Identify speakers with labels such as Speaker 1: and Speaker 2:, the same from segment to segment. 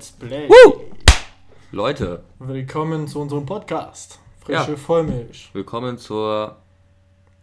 Speaker 1: Let's Play.
Speaker 2: Leute,
Speaker 1: Willkommen zu unserem Podcast. Frische
Speaker 2: Ja.
Speaker 1: Vollmilch.
Speaker 2: willkommen zur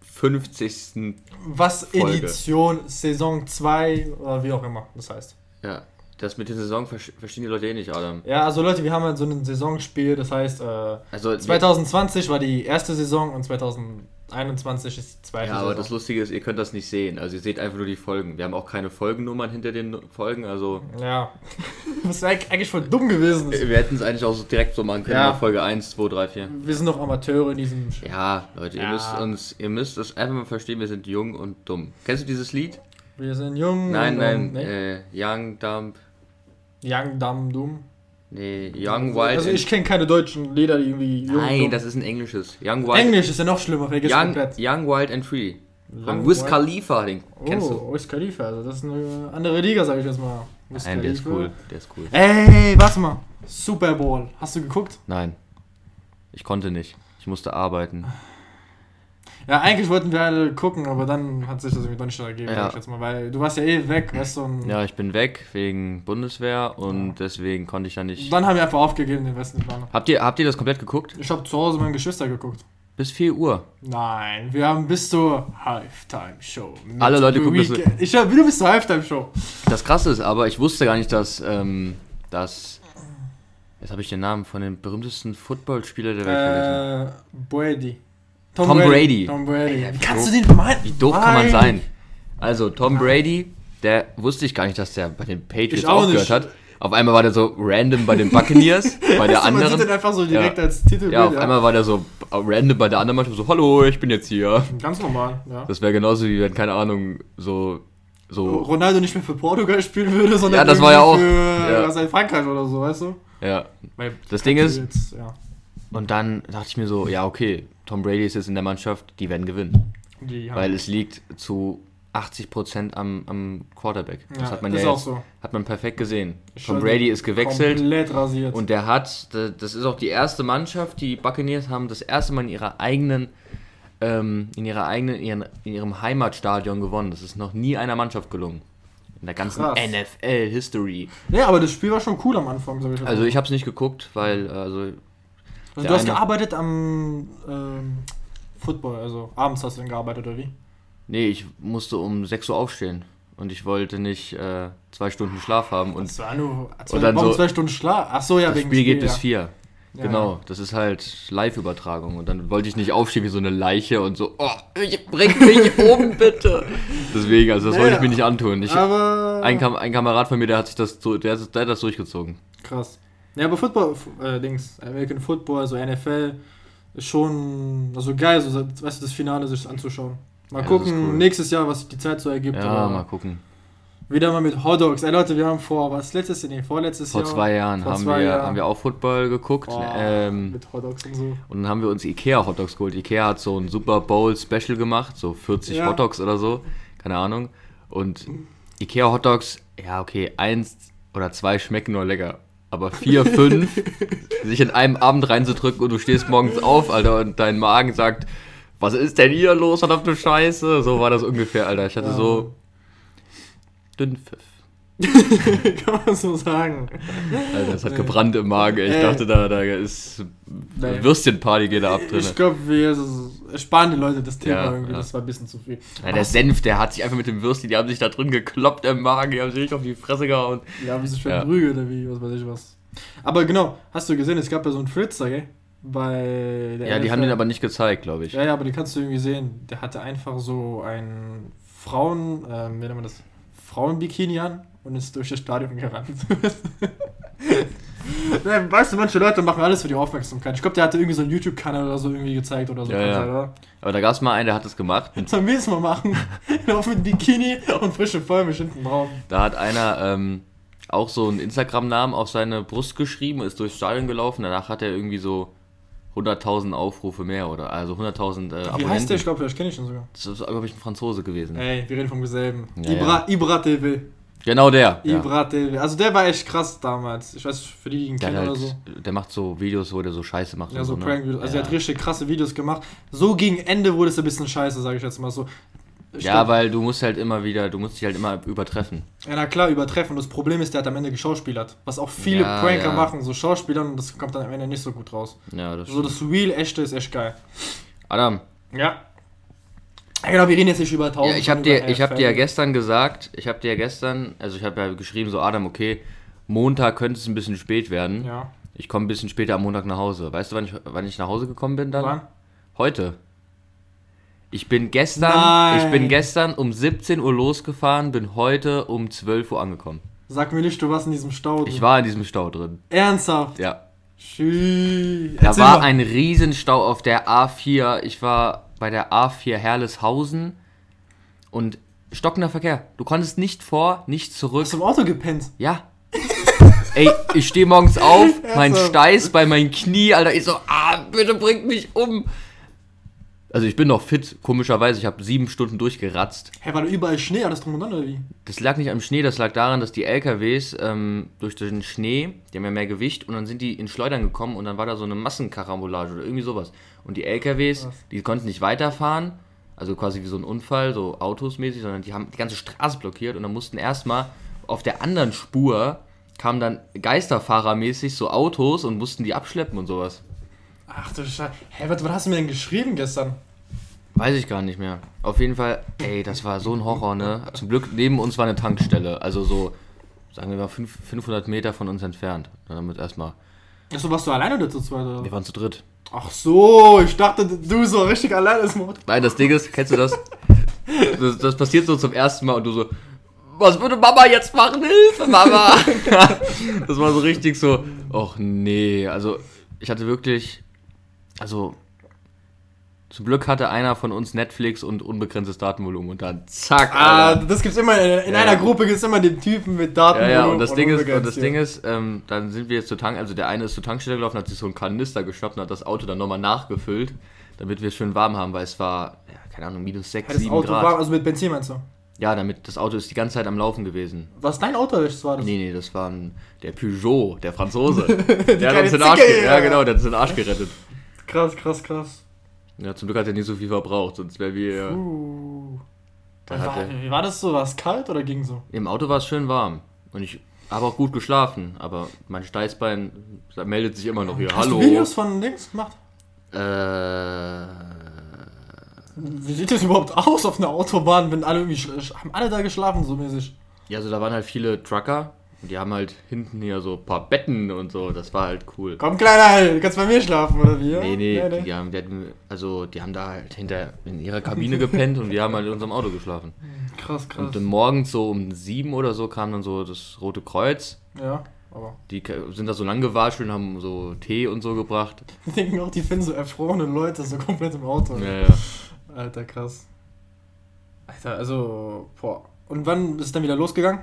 Speaker 2: 50.
Speaker 1: Was
Speaker 2: Folge.
Speaker 1: Edition Saison 2 oder wie auch immer das heißt.
Speaker 2: Ja, das mit der Saison ver- verstehen die Leute eh nicht, Adam.
Speaker 1: Ja, also Leute, wir haben halt so ein Saisonspiel, das heißt äh,
Speaker 2: Also, wir-
Speaker 1: 2020 war die erste Saison und 2021 ist die zweite
Speaker 2: ja, aber das
Speaker 1: Saison.
Speaker 2: Lustige ist, ihr könnt das nicht sehen. Also, ihr seht einfach nur die Folgen. Wir haben auch keine Folgennummern hinter den Folgen. Also,
Speaker 1: ja. Was eigentlich eigentlich voll dumm gewesen ist.
Speaker 2: wir hätten es eigentlich auch so direkt so machen können.
Speaker 1: Ja.
Speaker 2: Folge 1, 2, 3, 4.
Speaker 1: Wir sind noch Amateure in diesem Sch-
Speaker 2: Ja, Leute, ihr
Speaker 1: Ja.
Speaker 2: müsst uns, ihr müsst es einfach mal verstehen, wir sind jung und dumm. Kennst du dieses Lied?
Speaker 1: Wir sind jung.
Speaker 2: Nein,
Speaker 1: und-
Speaker 2: nein,
Speaker 1: ne?
Speaker 2: äh, Young Dump,
Speaker 1: Young, dumb, dumm.
Speaker 2: nee, Young Wild.
Speaker 1: Also ich kenne keine deutschen Lieder, die irgendwie jung
Speaker 2: nein,
Speaker 1: dumm.
Speaker 2: das ist ein englisches. Young Wild.
Speaker 1: Englisch ist ja noch schlimmer, vergiss
Speaker 2: Young,
Speaker 1: komplett.
Speaker 2: Young, Wild and Free. Von
Speaker 1: Lang-
Speaker 2: Wiz Khalifa, den kennst du.
Speaker 1: Oh, Wiz Khalifa, also das ist eine andere Liga, sag ich jetzt mal. Wiz
Speaker 2: Nein, der ist
Speaker 1: Khalifa.
Speaker 2: cool. Der ist cool.
Speaker 1: Ey, warte mal. Super Bowl. Hast du geguckt?
Speaker 2: Nein. Ich konnte nicht. Ich musste arbeiten.
Speaker 1: Ja, eigentlich wollten wir alle gucken, aber dann hat sich das irgendwie doch nicht ergeben,
Speaker 2: Ja.
Speaker 1: sag ich jetzt mal. Weil du warst ja eh weg, weißt du? Und
Speaker 2: Ja, ich bin weg wegen Bundeswehr und deswegen konnte ich da nicht.
Speaker 1: Dann haben wir einfach aufgegeben, den Westen Plan.
Speaker 2: Habt ihr, habt ihr das komplett geguckt?
Speaker 1: Ich habe zu Hause meinen Geschwister geguckt.
Speaker 2: Bis 4 Uhr.
Speaker 1: Nein, wir haben bis zur Halftime-Show. mit
Speaker 2: Alle Leute gucken das-
Speaker 1: Weekend. Ich hab wieder bis zur Halftime-Show.
Speaker 2: Das krasse ist aber, ich wusste gar nicht, dass, ähm, dass. Jetzt habe ich den Namen von dem berühmtesten Footballspieler der Welt vergessen.
Speaker 1: Äh, Brady.
Speaker 2: Tom Brady.
Speaker 1: Tom Brady.
Speaker 2: Ey, wie
Speaker 1: wie kannst
Speaker 2: doof-
Speaker 1: du den vermeiden?
Speaker 2: Wie doof kann man
Speaker 1: Nein.
Speaker 2: sein? Also, Tom Brady, der wusste ich gar nicht, dass der bei den Patriots
Speaker 1: Ich auch
Speaker 2: aufgehört
Speaker 1: nicht.
Speaker 2: hat. Auf einmal war der so random bei den Buccaneers, bei der
Speaker 1: Weißt du, Man sieht den
Speaker 2: anderen.
Speaker 1: einfach so direkt
Speaker 2: Ja.
Speaker 1: als Titel.
Speaker 2: Ja, auf einmal war der so random bei der anderen Mannschaft so, hallo, ich bin jetzt hier.
Speaker 1: Ganz normal, ja.
Speaker 2: Das wäre genauso wie wenn, keine Ahnung, so, so,
Speaker 1: Ronaldo nicht mehr für Portugal spielen würde, sondern
Speaker 2: Ja, das war ja
Speaker 1: irgendwie
Speaker 2: auch-
Speaker 1: für
Speaker 2: ja.
Speaker 1: was in Frankreich oder so, weißt du?
Speaker 2: ja.
Speaker 1: Weil
Speaker 2: Das Ding ist,
Speaker 1: Jetzt, ja.
Speaker 2: und dann dachte ich mir so, ja, okay, Tom Brady ist jetzt in der Mannschaft, die werden gewinnen.
Speaker 1: Die haben-
Speaker 2: Weil es liegt zu 80% am, am Quarterback. Das
Speaker 1: ja,
Speaker 2: hat man
Speaker 1: das
Speaker 2: ja
Speaker 1: ist auch
Speaker 2: jetzt,
Speaker 1: so.
Speaker 2: hat man perfekt gesehen. Tom
Speaker 1: Schon
Speaker 2: Brady ist gewechselt.
Speaker 1: Komplett rasiert.
Speaker 2: Und der hat, da- das ist auch die erste Mannschaft, die Buccaneers haben das erste Mal in ihrer eigenen, ähm, in ihrer eigenen, in, ihren, in ihrem Heimatstadion gewonnen. Das ist noch nie einer Mannschaft gelungen. In der ganzen
Speaker 1: Krass.
Speaker 2: NFL-History.
Speaker 1: ja, aber das Spiel war schon cool am Anfang, sag ich mal.
Speaker 2: Also ich habe es nicht geguckt, weil, also,
Speaker 1: also,
Speaker 2: der
Speaker 1: du hast
Speaker 2: eine-
Speaker 1: gearbeitet am ähm, Football, also abends hast du dann gearbeitet oder wie?
Speaker 2: nee, ich musste um 6 Uhr aufstehen. Und ich wollte nicht äh, zwei Stunden Schlaf haben. Und
Speaker 1: Das war nur zwei,
Speaker 2: Und dann
Speaker 1: warum
Speaker 2: so-
Speaker 1: zwei Stunden Schlaf. Ach so, ja,
Speaker 2: das
Speaker 1: wegen
Speaker 2: Spiel geht
Speaker 1: ja.
Speaker 2: bis 4.
Speaker 1: Ja.
Speaker 2: Genau, das ist halt Live-Übertragung. Und dann wollte ich nicht aufstehen wie so eine Leiche und so, oh, ich bring mich um, bitte. Deswegen, also das wollte ich
Speaker 1: Ja. Ah.
Speaker 2: mir nicht antun. Ich,
Speaker 1: Aber
Speaker 2: ein, Kam ein Kamerad von mir, der hat sich das, zu- der, hat- der hat das durchgezogen.
Speaker 1: Krass. Ja, aber Football, f- äh, Dings, American Football, also NFL, ist schon, also geil, so, weißt du, das Finale sich anzuschauen. Mal
Speaker 2: Ja, das
Speaker 1: gucken,
Speaker 2: ist cool.
Speaker 1: nächstes Jahr, was sich die Zeit so ergibt.
Speaker 2: Ja,
Speaker 1: aber
Speaker 2: mal gucken.
Speaker 1: Wieder mal mit Hot Dogs. Ey Leute, wir haben vor, was, letztes Jahr, nee, vorletztes
Speaker 2: Vor
Speaker 1: Jahr.
Speaker 2: zwei Jahren
Speaker 1: vor
Speaker 2: haben,
Speaker 1: zwei
Speaker 2: wir,
Speaker 1: Jahren.
Speaker 2: haben wir auch Football geguckt
Speaker 1: Boah,
Speaker 2: ähm,
Speaker 1: Mit Hot Dogs und so.
Speaker 2: und dann haben wir uns Ikea Hotdogs geholt. Ikea hat so ein Super Bowl Special gemacht, so 40
Speaker 1: Ja.
Speaker 2: Hotdogs oder so, keine Ahnung. Und Ikea Hotdogs, ja okay, eins oder zwei schmecken nur lecker. Aber vier, fünf, sich in einem Abend reinzudrücken und du stehst morgens auf, Alter, und dein Magen sagt, was ist denn hier los, verdammte Scheiße? So war das ungefähr, Alter. Ich hatte
Speaker 1: Ja.
Speaker 2: so Dünnpfiff.
Speaker 1: Kann man so sagen.
Speaker 2: Alter, das hat gebrannt im Magen. Ich
Speaker 1: Äh.
Speaker 2: dachte, da, da ist
Speaker 1: Nee.
Speaker 2: Würstchenparty geht da ab drin.
Speaker 1: Ich glaube, wir so- ersparen den Leuten das Thema
Speaker 2: Ja,
Speaker 1: irgendwie,
Speaker 2: ja.
Speaker 1: das war ein bisschen zu viel.
Speaker 2: Ja, der Senf, der hat sich einfach mit dem Würstchen, die haben sich da drin gekloppt im Magen, die haben sich richtig auf die Fresse gehauen.
Speaker 1: Ja, wie so schön
Speaker 2: Ja.
Speaker 1: Brügel oder wie, was weiß ich was. Aber genau, hast du gesehen, es gab ja so einen Fritzer, gell? Bei der
Speaker 2: Ja, die
Speaker 1: NFL.
Speaker 2: haben den aber nicht gezeigt, glaube ich.
Speaker 1: Ja, ja, aber die kannst du irgendwie sehen. Der hatte einfach so ein Frauen, ähm, wie nennt man das? Frauenbikini an und ist durch das Stadion gerannt. Ne, weißt du, manche Leute machen alles für die Aufmerksamkeit. Ich glaube, der hatte irgendwie so einen YouTube-Kanal oder so irgendwie gezeigt oder so.
Speaker 2: Ja, ja. Aber da gab es mal einen, der hat das gemacht.
Speaker 1: Das sollen wir es mal machen. Lauf mit Bikini und frische Vollmisch hinten drauf.
Speaker 2: Da hat einer ähm, auch so einen Instagram-Namen auf seine Brust geschrieben, ist durchs Stadion gelaufen. Danach hat er irgendwie so 100.000 Aufrufe mehr oder also 100.000 äh, Abonnenten.
Speaker 1: Wie heißt der? Ich glaube, vielleicht kenne ich ihn sogar.
Speaker 2: Das ist, glaube ich, ein Franzose gewesen.
Speaker 1: Ey, wir reden vom selben.
Speaker 2: Ja,
Speaker 1: Ibra, Ibra TV.
Speaker 2: Genau der. Ja.
Speaker 1: Ibra TV. Also der war echt krass damals. Ich weiß, für die, die ihn
Speaker 2: Der,
Speaker 1: kennen
Speaker 2: hat
Speaker 1: oder
Speaker 2: halt,
Speaker 1: so.
Speaker 2: der macht so Videos, wo der so Scheiße macht.
Speaker 1: Ja,
Speaker 2: und
Speaker 1: so
Speaker 2: ne?
Speaker 1: Prank-Videos. Also
Speaker 2: ja.
Speaker 1: er hat richtig krasse Videos gemacht. So gegen Ende wurde es ein bisschen scheiße, sage ich jetzt mal so.
Speaker 2: Ja, weil du musst halt immer wieder, du musst dich halt immer übertreffen.
Speaker 1: Ja, na klar, übertreffen. Das Problem ist, der hat am Ende geschauspielert. Was auch viele
Speaker 2: Ja,
Speaker 1: Pranker
Speaker 2: ja.
Speaker 1: machen, so Schauspielern, und das kommt dann am Ende nicht so gut raus.
Speaker 2: Ja, das
Speaker 1: So das Real echte ist echt geil.
Speaker 2: Adam,
Speaker 1: Ja. Ja, genau, wir reden jetzt nicht über 1000.
Speaker 2: ja, ich habe
Speaker 1: sondern
Speaker 2: dir,
Speaker 1: über
Speaker 2: ich hab dir ja
Speaker 1: NFL.
Speaker 2: gestern gesagt, ich habe dir ja gestern, also ich habe ja geschrieben, so Adam, okay, Montag könnte es ein bisschen spät werden.
Speaker 1: Ja.
Speaker 2: Ich komme ein bisschen später am Montag nach Hause. Weißt du, wann ich, wann ich nach Hause gekommen bin dann?
Speaker 1: Wann?
Speaker 2: Heute. Ich bin gestern,
Speaker 1: Nein.
Speaker 2: ich bin gestern um 17 Uhr losgefahren, bin heute um 12 Uhr angekommen.
Speaker 1: Sag mir nicht, du warst in diesem Stau. drin.
Speaker 2: Ich war in diesem Stau drin.
Speaker 1: Ernsthaft.
Speaker 2: Ja.
Speaker 1: Schü.
Speaker 2: Da
Speaker 1: Erzähl
Speaker 2: war
Speaker 1: mal.
Speaker 2: ein Riesenstau auf der A4. Ich war bei der A4 Herleshausen und stockender Verkehr. Du konntest nicht vor, nicht zurück.
Speaker 1: Hast du im Auto gepennt?
Speaker 2: Ja. Ey, ich stehe morgens auf, mein
Speaker 1: Ernsthaft?
Speaker 2: Steiß bei meinem Knie, Alter. Ich so, ah, bitte bringt mich um. Also ich bin noch fit, komischerweise. Ich habe sieben Stunden durchgeratzt.
Speaker 1: Hä, war da überall Schnee, alles drum und dran, oder wie?
Speaker 2: Das lag nicht am Schnee, das lag daran, dass die LKWs ähm, durch den Schnee, die haben ja mehr Gewicht, und dann sind die in Schleudern gekommen und dann war da so eine Massenkarambolage oder irgendwie sowas. Und die LKWs,
Speaker 1: Krass.
Speaker 2: die konnten nicht weiterfahren, also quasi wie so ein Unfall, so autosmäßig, sondern die haben die ganze Straße blockiert und dann mussten erstmal auf der anderen Spur kamen dann geisterfahrermäßig so Autos und mussten die abschleppen und sowas.
Speaker 1: Ach du Scheiße. Hä, was, was hast du mir denn geschrieben gestern?
Speaker 2: Weiß ich gar nicht mehr. Auf jeden Fall, ey, das war so ein Horror, ne? Zum Glück neben uns war eine Tankstelle. Also so, sagen wir mal, fünf- 500 Meter von uns entfernt. Damit erstmal.
Speaker 1: Achso, warst du alleine oder zu zweit? Oder?
Speaker 2: Wir waren zu dritt.
Speaker 1: Ach so, ich dachte, du so richtig alleine ist Mord.
Speaker 2: Nein, das Ding ist, kennst du das? Das, das passiert so zum ersten Mal und du so, was würde Mama jetzt machen? Hilfe, Mama! Das war so richtig so, ach nee. Also, ich hatte wirklich, also, zum Glück hatte einer von uns Netflix und unbegrenztes Datenvolumen und dann zack,
Speaker 1: Ah,
Speaker 2: Alter.
Speaker 1: das gibt's immer, in, in
Speaker 2: Ja.
Speaker 1: einer Gruppe gibt's immer den Typen mit Daten.
Speaker 2: Ja, ja, und das Ding ist, und das
Speaker 1: unbegrenzt,
Speaker 2: Ding
Speaker 1: ja.
Speaker 2: ist, ähm, dann sind wir jetzt zur Tank, also der eine ist zur Tankstelle gelaufen, hat sich so einen Kanister geschnappt und hat das Auto dann nochmal nachgefüllt, damit wir es schön warm haben, weil es war, ja, keine Ahnung, minus 6,
Speaker 1: Ja, das
Speaker 2: 7
Speaker 1: Auto
Speaker 2: Grad.
Speaker 1: war, also mit Benzin meinst du?
Speaker 2: Ja, damit das Auto ist die ganze Zeit am Laufen gewesen.
Speaker 1: Was dein Auto ist, war das?
Speaker 2: Nee, nee, das war ein, der Peugeot, der Franzose. der hat
Speaker 1: kleine
Speaker 2: uns den Arsch,
Speaker 1: Zicke,
Speaker 2: ge-
Speaker 1: ja.
Speaker 2: ja, genau, der hat uns den Arsch gerettet.
Speaker 1: Krass, krass, krass.
Speaker 2: Ja, zum Glück hat er nicht so viel verbraucht, sonst wäre wir.
Speaker 1: Uh.
Speaker 2: Da hat
Speaker 1: War,
Speaker 2: er-
Speaker 1: wie war das so? War es kalt oder ging so?
Speaker 2: Im Auto war es schön warm und ich habe auch gut geschlafen, aber mein Steißbein da meldet sich immer noch hier.
Speaker 1: Hast
Speaker 2: Hallo.
Speaker 1: du Videos von links gemacht?
Speaker 2: Äh,
Speaker 1: Wie sieht das überhaupt aus auf einer Autobahn, wenn alle irgendwie schla- haben alle da geschlafen so mäßig?
Speaker 2: Ja, also da waren halt viele Trucker und die haben halt hinten hier so ein paar Betten und so, das war halt cool.
Speaker 1: Komm Kleiner, du kannst bei mir schlafen oder wie?
Speaker 2: Nee, nee, Die, haben, die, hatten, also, die haben da halt hinter in ihrer Kabine gepennt und wir haben halt in unserem Auto geschlafen.
Speaker 1: Krass, krass.
Speaker 2: Und dann morgens so um sieben oder so kam dann so das Rote Kreuz.
Speaker 1: ja, aber
Speaker 2: Die ka- sind da so lang gewaschelt und haben so Tee und so gebracht.
Speaker 1: die denken auch, die finden so erfrorene Leute so komplett im Auto.
Speaker 2: Ja, ja.
Speaker 1: Alter, krass. Alter, also, boah. Und wann ist es dann wieder losgegangen?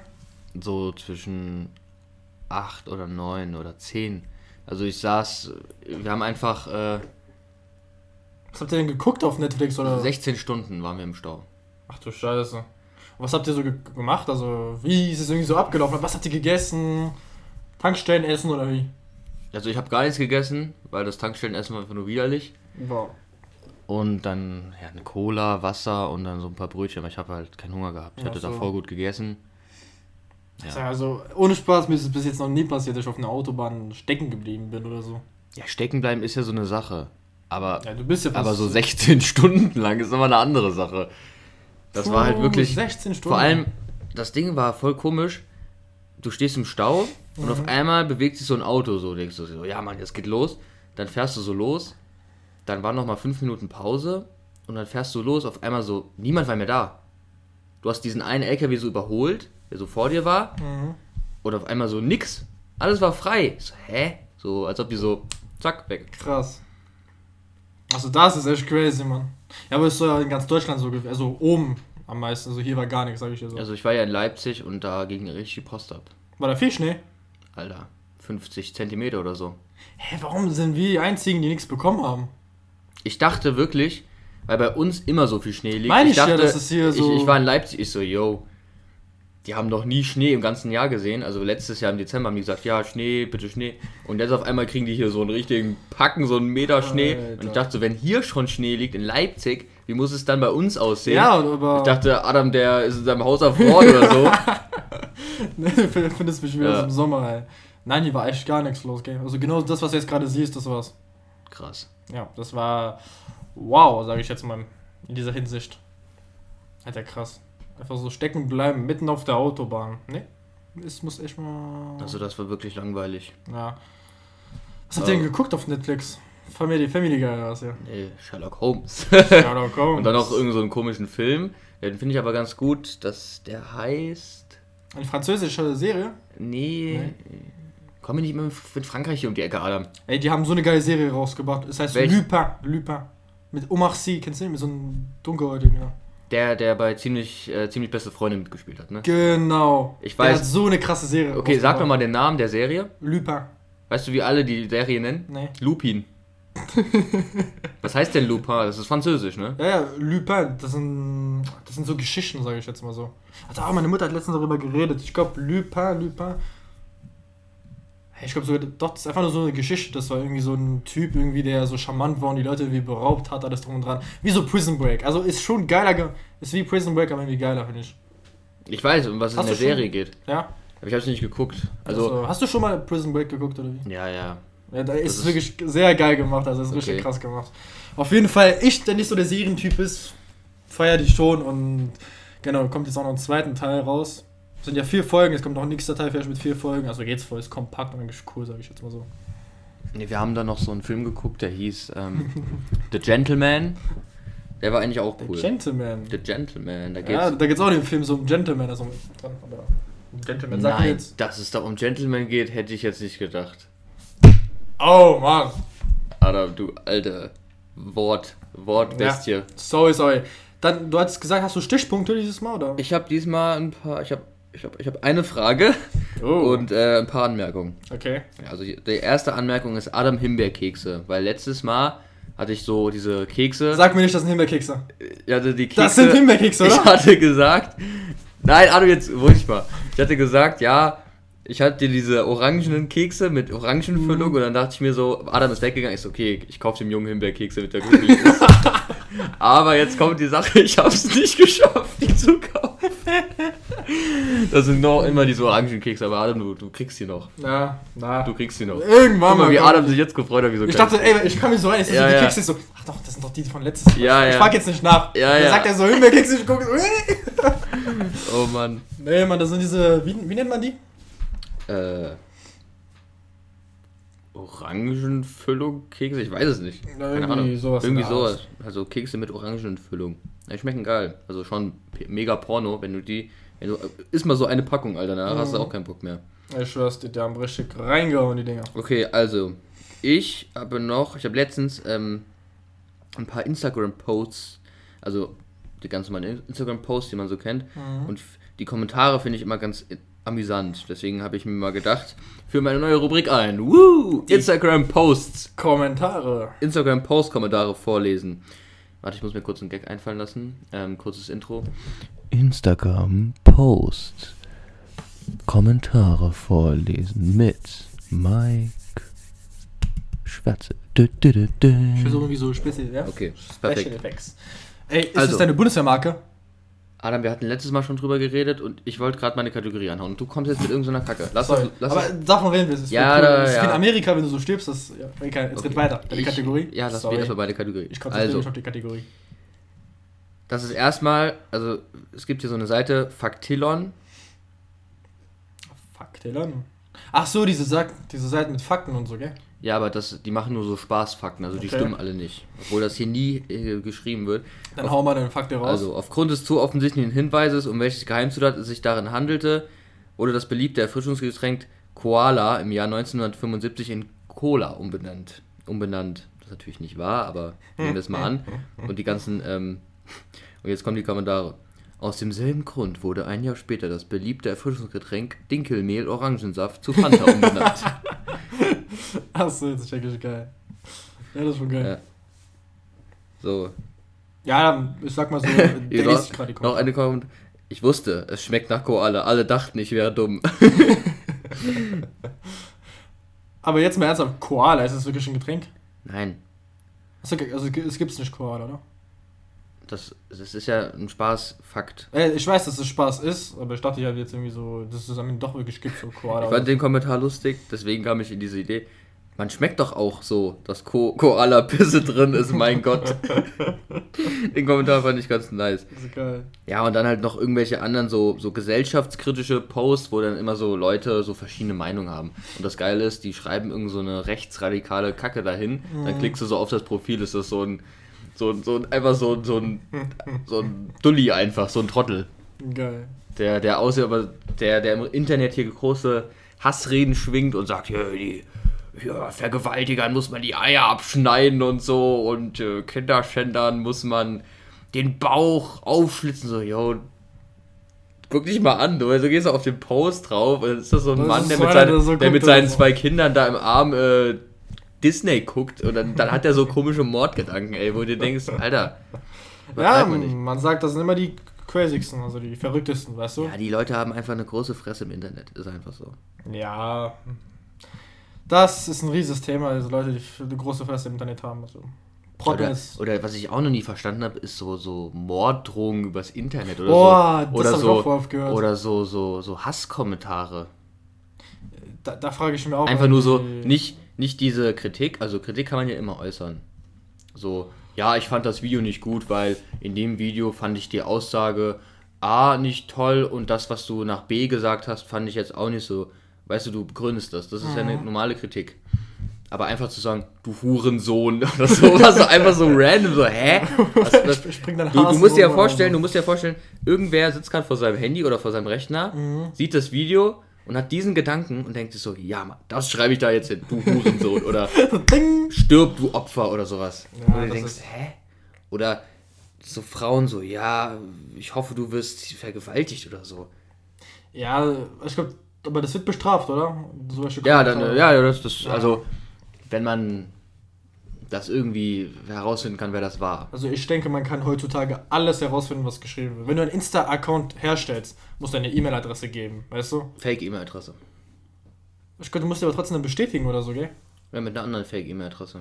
Speaker 2: So zwischen acht oder neun oder zehn. Also ich saß, wir haben einfach äh,
Speaker 1: Was habt ihr denn geguckt auf Netflix oder?
Speaker 2: 16 Stunden waren wir im Stau.
Speaker 1: Ach du Scheiße. Und was habt ihr so ge gemacht? Also, wie ist es irgendwie so abgelaufen? Was habt ihr gegessen? Tankstellen essen oder wie?
Speaker 2: Also ich habe gar nichts gegessen, weil das Tankstellenessen war einfach nur widerlich.
Speaker 1: Wow.
Speaker 2: Und dann ja, eine Cola, Wasser und dann so ein paar Brötchen, aber ich habe halt keinen Hunger gehabt. Ich
Speaker 1: Ach
Speaker 2: hatte
Speaker 1: so.
Speaker 2: davor gut gegessen.
Speaker 1: Ja. Also, ohne Spaß, mir ist es bis jetzt noch nie passiert, dass ich auf einer Autobahn stecken geblieben bin oder so.
Speaker 2: Ja, stecken bleiben ist ja so eine Sache. Aber,
Speaker 1: Ja, du bist ja
Speaker 2: aber so 16 Stunden lang ist immer eine andere Sache. Das war halt wirklich.
Speaker 1: 16 Stunden.
Speaker 2: Vor allem, das Ding war voll komisch. Du stehst im Stau und auf einmal bewegt sich so ein Auto so. Denkst du so, ja Mann, jetzt geht los. Dann fährst du so los. Dann waren noch mal fünf Minuten Pause und dann fährst du los. Auf einmal so, niemand war mehr da. Du hast diesen einen LKW so überholt, der so vor dir war. Und auf einmal so nix. Alles war frei. So, hä? So, als ob die so, zack, weg.
Speaker 1: Krass. Also, das ist echt crazy, Mann. Ja, aber es soll ja in ganz Deutschland so gewesen. Also, oben am meisten. Also, hier war gar nichts, sag ich dir so.
Speaker 2: Also ich war ja in Leipzig und da ging richtig die Post ab.
Speaker 1: War da viel Schnee?
Speaker 2: Alter, 50 Zentimeter oder so.
Speaker 1: Hä, warum sind wir die Einzigen, die nichts bekommen haben?
Speaker 2: Ich dachte wirklich, weil bei uns immer so viel Schnee liegt.
Speaker 1: Meine ich ja,
Speaker 2: dachte,
Speaker 1: dass es hier so-
Speaker 2: Ich, ich war in Leipzig, ich so, yo, die haben noch nie Schnee im ganzen Jahr gesehen. Also letztes Jahr im Dezember haben die gesagt, ja, Schnee, bitte Schnee. Und jetzt auf einmal kriegen die hier so einen richtigen Packen, so einen Meter Schnee. Und ich dachte so, wenn hier schon Schnee liegt in Leipzig, wie muss es dann bei uns aussehen?
Speaker 1: Ja, aber-
Speaker 2: Ich dachte, Adam, der ist in seinem Haus erfroren oder so.
Speaker 1: Ne, du Findest mich wieder
Speaker 2: Ja.
Speaker 1: so im Sommer, ey. Nein, hier war echt gar nichts los, Game. Also genau das, was du jetzt gerade siehst, das war's.
Speaker 2: Krass.
Speaker 1: Ja, das war wow, sage ich jetzt mal in dieser Hinsicht. Alter, krass. Einfach so stecken bleiben, mitten auf der Autobahn. Ne? Es muss echt mal.
Speaker 2: Also das war wirklich langweilig.
Speaker 1: ja. Was habt ihr
Speaker 2: äh,
Speaker 1: denn geguckt auf Netflix? Family, Family Guy war es ja.
Speaker 2: Nee, Sherlock Holmes.
Speaker 1: Sherlock Holmes.
Speaker 2: Und dann noch irgendeinen so einen komischen Film. Den finde ich aber ganz gut, dass der heißt.
Speaker 1: Eine französische Serie.
Speaker 2: Nee. Komm mir nicht immer mit Frankreich hier um die Ecke, Adam.
Speaker 1: Ey, die haben so eine geile Serie rausgebracht. Es heißt
Speaker 2: Welche?
Speaker 1: Lupin. Lupin. Mit Omar Sy, kennst du den? Mit so einem dunkelhäutigen, ja.
Speaker 2: Der, der bei ziemlich, äh, ziemlich beste Freundin mitgespielt hat, ne?
Speaker 1: Genau.
Speaker 2: Ich
Speaker 1: Der
Speaker 2: weiß-
Speaker 1: hat so eine krasse Serie.
Speaker 2: Okay, sag mir
Speaker 1: rausgebracht.
Speaker 2: mal den Namen der Serie.
Speaker 1: Lupin.
Speaker 2: Weißt du, wie alle die Serie nennen?
Speaker 1: Nee.
Speaker 2: Lupin. Was heißt denn Lupin? Das ist französisch, ne?
Speaker 1: Ja, ja, Lupin, das sind, das sind so Geschichten, sage ich jetzt mal so. Also, ah, meine Mutter hat letztens darüber geredet. Ich glaube, Lupin, Lupin. Hey, Ich glaube sogar, doch, das ist einfach nur so eine Geschichte. Das war irgendwie so ein Typ, irgendwie, der so charmant war und die Leute irgendwie beraubt hat, alles drum und dran. Wie so Prison Break. Also ist schon geiler, ge- ist wie Prison Break, aber irgendwie geiler, finde ich.
Speaker 2: Ich weiß, um was es
Speaker 1: Hast
Speaker 2: in der
Speaker 1: du schon-
Speaker 2: Serie geht.
Speaker 1: Ja?
Speaker 2: Aber ich hab's nicht geguckt. Also,
Speaker 1: hast du schon mal Prison Break geguckt oder wie?
Speaker 2: ja, ja.
Speaker 1: Ja, da ist
Speaker 2: ist-
Speaker 1: es wirklich sehr geil gemacht, also ist richtig
Speaker 2: Okay.
Speaker 1: krass gemacht. Auf jeden Fall, ich, der nicht so der Serientyp ist, feier die schon und genau, kommt jetzt auch noch ein zweiten Teil raus. Es sind ja vier Folgen, jetzt kommt noch ein nächster Teil vielleicht mit vier Folgen, also geht's voll, ist kompakt und eigentlich cool, sage ich jetzt mal so.
Speaker 2: Nee, wir haben da noch so einen Film geguckt, der hieß ähm, The Gentleman. Der war eigentlich auch
Speaker 1: Der
Speaker 2: cool.
Speaker 1: Gentleman.
Speaker 2: The Gentleman, da geht's.
Speaker 1: ja, da geht's auch in dem Film so um Gentleman, also um dran, aber um Gentleman sagt mir
Speaker 2: Nein,
Speaker 1: jetzt.
Speaker 2: dass es da um Gentleman geht, hätte ich jetzt nicht gedacht.
Speaker 1: Oh Mann.
Speaker 2: Adam, du alte Wort, Wortbestie.
Speaker 1: Sorry, sorry. Dann, du hattest gesagt, hast du Stichpunkte dieses Mal, oder?
Speaker 2: Ich habe diesmal ein paar, ich habe ich hab, ich hab eine Frage
Speaker 1: Oh.
Speaker 2: und äh, ein paar Anmerkungen.
Speaker 1: Okay.
Speaker 2: Ja, Also die die erste Anmerkung ist Adam Himbeerkekse, weil letztes Mal hatte ich so diese Kekse.
Speaker 1: Sag mir nicht, das sind Himbeerkekse.
Speaker 2: Ich hatte die Kekse
Speaker 1: Das sind Himbeerkekse,
Speaker 2: Ich
Speaker 1: oder?
Speaker 2: hatte gesagt, nein, Adam, jetzt ruhig mal. Ich hatte gesagt, ja, ich hatte dir diese orangenen Kekse mit Orangenfüllung
Speaker 1: Mhm.
Speaker 2: und dann dachte ich mir so, Adam ist weggegangen, ist okay, ich kaufe dem Jungen Himbeerkekse mit der Kugel. Aber jetzt kommt die Sache, ich habe es nicht geschafft, die zu kaufen. Das sind noch immer diese orangen Kekse, aber Adam, du, du kriegst die noch.
Speaker 1: Na, na.
Speaker 2: Du kriegst die noch.
Speaker 1: Irgendwann
Speaker 2: Guck mal, wie
Speaker 1: kommt-
Speaker 2: Adam sich jetzt gefreut hat, wie so
Speaker 1: Ich
Speaker 2: klein.
Speaker 1: dachte, ey, ich kann mich so rein, ich
Speaker 2: Ja,
Speaker 1: so, die
Speaker 2: ja.
Speaker 1: Kekse so, ach doch, das sind doch die von letztes Mal.
Speaker 2: Ja,
Speaker 1: ich
Speaker 2: ja.
Speaker 1: frag jetzt nicht nach.
Speaker 2: Ja,
Speaker 1: dann
Speaker 2: ja.
Speaker 1: sagt er so, Himbeerkekse, ich gucke so, äh.
Speaker 2: Oh Mann.
Speaker 1: Nee, Mann, das sind diese, wie, wie nennt man die?
Speaker 2: Äh. Orangenfüllung Kekse? Ich weiß es nicht.
Speaker 1: Na, irgendwie sowas in
Speaker 2: Irgendwie
Speaker 1: der Art.
Speaker 2: sowas. Also Kekse mit Orangenfüllung. Die schmecken geil. Also schon p- mega Porno, wenn du die. Wenn du, isst mal so eine Packung, Alter,
Speaker 1: Mhm.
Speaker 2: danach hast du auch keinen Bock mehr.
Speaker 1: Ich schwör's dir, die haben richtig reingehauen, die Dinger.
Speaker 2: Okay, also. Ich habe noch. Ich habe letztens ähm, ein paar Instagram-Posts. Also die ganz normalen Instagram-Posts, die man so kennt. Und f- die Kommentare finde ich immer ganz i- amüsant. Deswegen habe ich mir mal gedacht, für meine neue Rubrik ein. Woo! Instagram-Posts.
Speaker 1: Kommentare.
Speaker 2: Instagram-Post-Kommentare vorlesen. Warte, ich muss mir kurz einen Gag einfallen lassen. Ähm, kurzes Intro.
Speaker 3: Instagram-Post. Kommentare vorlesen mit Mike Schwarze. Dö, dö, dö, dö.
Speaker 1: Ich versuche irgendwie so speziell, ja?
Speaker 2: Okay,
Speaker 1: Special
Speaker 2: perfekt.
Speaker 1: Effects. Ey, ist
Speaker 2: Also.
Speaker 1: das deine Bundeswehrmarke?
Speaker 2: Adam, wir hatten letztes Mal schon drüber geredet und ich wollte gerade meine Kategorie anhauen. Und du kommst jetzt mit irgendeiner Kacke. Lass
Speaker 1: Sorry.
Speaker 2: uns. Lass
Speaker 1: Aber
Speaker 2: uns
Speaker 1: davon reden wir, es ist
Speaker 2: Ja,
Speaker 1: voll
Speaker 2: da,
Speaker 1: Das ist wie in
Speaker 2: ja.
Speaker 1: Amerika, wenn du so stirbst, das, ja, egal, jetzt geht weiter. Deine
Speaker 2: ich,
Speaker 1: Kategorie?
Speaker 2: Ja, lass
Speaker 1: Sorry.
Speaker 2: mich erstmal bei der Kategorie.
Speaker 1: Ich konzentriere
Speaker 2: Also,
Speaker 1: mich auf die Kategorie.
Speaker 2: das ist erstmal, also es gibt hier so eine Seite, Faktilon.
Speaker 1: Fuck, Taylor. Ach so, diese, Sack- diese Seiten mit Fakten und so, gell?
Speaker 2: Ja, aber das, die machen nur so Spaßfakten, also die
Speaker 1: Okay.
Speaker 2: stimmen alle nicht. Obwohl das hier nie äh, geschrieben wird.
Speaker 1: Dann hau mal deine Fakte raus.
Speaker 2: Also, aufgrund des zu offensichtlichen Hinweises, um welches Geheimzutat es sich darin handelte, wurde das beliebte Erfrischungsgetränk Koala im Jahr 1975 in Cola umbenannt. Umbenannt. Das ist natürlich nicht wahr, aber nehmen wir es mal an. Und die ganzen, ähm, und jetzt kommen die Kommentare. Aus demselben Grund wurde ein Jahr später das beliebte Erfrischungsgetränk Dinkelmehl Orangensaft zu Fanta umbenannt.
Speaker 1: Achso, jetzt check ich geil. Ja, das ist schon geil.
Speaker 2: So,
Speaker 1: Ja, ich sag mal so, der
Speaker 2: Hier
Speaker 1: liest sich
Speaker 2: noch,
Speaker 1: gerade die
Speaker 2: noch
Speaker 1: Kommentare.
Speaker 2: eine kommt. Ich wusste, es schmeckt nach Koala. Alle dachten, ich wäre dumm.
Speaker 1: Aber jetzt mal ernsthaft, Koala, ist das wirklich ein Getränk?
Speaker 2: Nein,
Speaker 1: Achso, okay, also es gibt's nicht Koala, oder?
Speaker 2: das, das ist ja ein Spaßfakt.
Speaker 1: Äh, ich weiß, dass es Spaß ist, aber ich dachte ja jetzt irgendwie so, dass es am Ende doch wirklich gibt, so Koala.
Speaker 2: Ich fand den Kommentar lustig, deswegen kam ich in diese Idee. Man schmeckt doch auch so, dass Ko Koala-Pisse drin ist, mein Gott. Den Kommentar fand ich ganz nice.
Speaker 1: das ist geil.
Speaker 2: Ja, und dann halt noch irgendwelche anderen so, so gesellschaftskritische Posts, wo dann immer so Leute so verschiedene Meinungen haben. Und das Geile ist, die schreiben irgend so eine rechtsradikale Kacke dahin. Dann klickst du so auf das Profil, ist das so ein, so ein, so ein einfach so ein, so ein, so ein Dulli einfach, so ein Trottel.
Speaker 1: Geil.
Speaker 2: Der, der aussieht, aber der, der im Internet hier große Hassreden schwingt und sagt, ja, die ja, Vergewaltigern muss man die Eier abschneiden und so und äh, Kinderschändern muss man den Bauch aufschlitzen. So, yo, guck dich mal an, du. Also gehst du auf den Post drauf und dann ist das so ein
Speaker 1: Das
Speaker 2: Mann,
Speaker 1: ist
Speaker 2: der
Speaker 1: so
Speaker 2: mit,
Speaker 1: einer,
Speaker 2: seinen,
Speaker 1: der so
Speaker 2: der mit
Speaker 1: guckt oder
Speaker 2: seinen
Speaker 1: so.
Speaker 2: zwei Kindern da im Arm äh, Disney guckt und dann, dann hat er so komische Mordgedanken, ey, wo du dir denkst, Alter,
Speaker 1: Ja,
Speaker 2: übertreib mal nicht.
Speaker 1: man, man sagt, das sind immer die crazysten, also die verrücktesten, weißt du?
Speaker 2: Ja, die Leute haben einfach eine große Fresse im Internet, ist einfach so.
Speaker 1: Ja. Das ist ein rieses Thema, also Leute, die f- eine große Fresse im Internet haben. Also. Proppen
Speaker 2: Oder,
Speaker 1: ist.
Speaker 2: oder was ich auch noch nie verstanden habe, ist so, so Morddrohungen übers Internet oder
Speaker 1: Boah,
Speaker 2: so.
Speaker 1: das
Speaker 2: Oder
Speaker 1: hab ich auch
Speaker 2: so,
Speaker 1: vorher gehört.
Speaker 2: oder so, so, so Hasskommentare.
Speaker 1: Da, da frage ich mich auch.
Speaker 2: Einfach nur so,
Speaker 1: irgendwie-
Speaker 2: nicht, nicht diese Kritik, also Kritik kann man ja immer äußern. So, ja, ich fand das Video nicht gut, weil in dem Video fand ich die Aussage A nicht toll und das, was du nach B gesagt hast, fand ich jetzt auch nicht so. Weißt du, du begründest das. Das ist ja
Speaker 1: Mhm.
Speaker 2: eine normale Kritik. Aber einfach zu sagen, du Hurensohn oder sowas, so einfach so random, so, hä? Was, was,
Speaker 1: Ich bring deinen
Speaker 2: Du, du
Speaker 1: Hasen
Speaker 2: musst dir ja
Speaker 1: um oder
Speaker 2: vorstellen,
Speaker 1: so.
Speaker 2: du musst dir ja vorstellen, irgendwer sitzt gerade vor seinem Handy oder vor seinem Rechner,
Speaker 1: Mhm.
Speaker 2: sieht das Video und hat diesen Gedanken und denkt sich so, ja, Mann, das schreibe ich da jetzt hin, du Hurensohn oder
Speaker 1: Ding!
Speaker 2: stirb, du Opfer oder sowas.
Speaker 1: Ja,
Speaker 2: und du
Speaker 1: das
Speaker 2: denkst,
Speaker 1: ist-
Speaker 2: hä? Oder so Frauen so, ja, ich hoffe, du wirst vergewaltigt oder so.
Speaker 1: Ja, ich glaube, aber das wird bestraft, oder? So welche
Speaker 2: Ja, dann, äh,
Speaker 1: Kommentare.
Speaker 2: ja, das, das, also, wenn man das irgendwie herausfinden kann, wer das war.
Speaker 1: Also ich denke, man kann heutzutage alles herausfinden, was geschrieben wird. Wenn du einen Insta-Account herstellst, musst du eine E-Mail-Adresse geben, weißt du?
Speaker 2: Fake-E-Mail-Adresse.
Speaker 1: Ich glaube, du musst dir aber trotzdem dann bestätigen oder so, gell?
Speaker 2: Ja, mit einer anderen Fake-E-Mail-Adresse.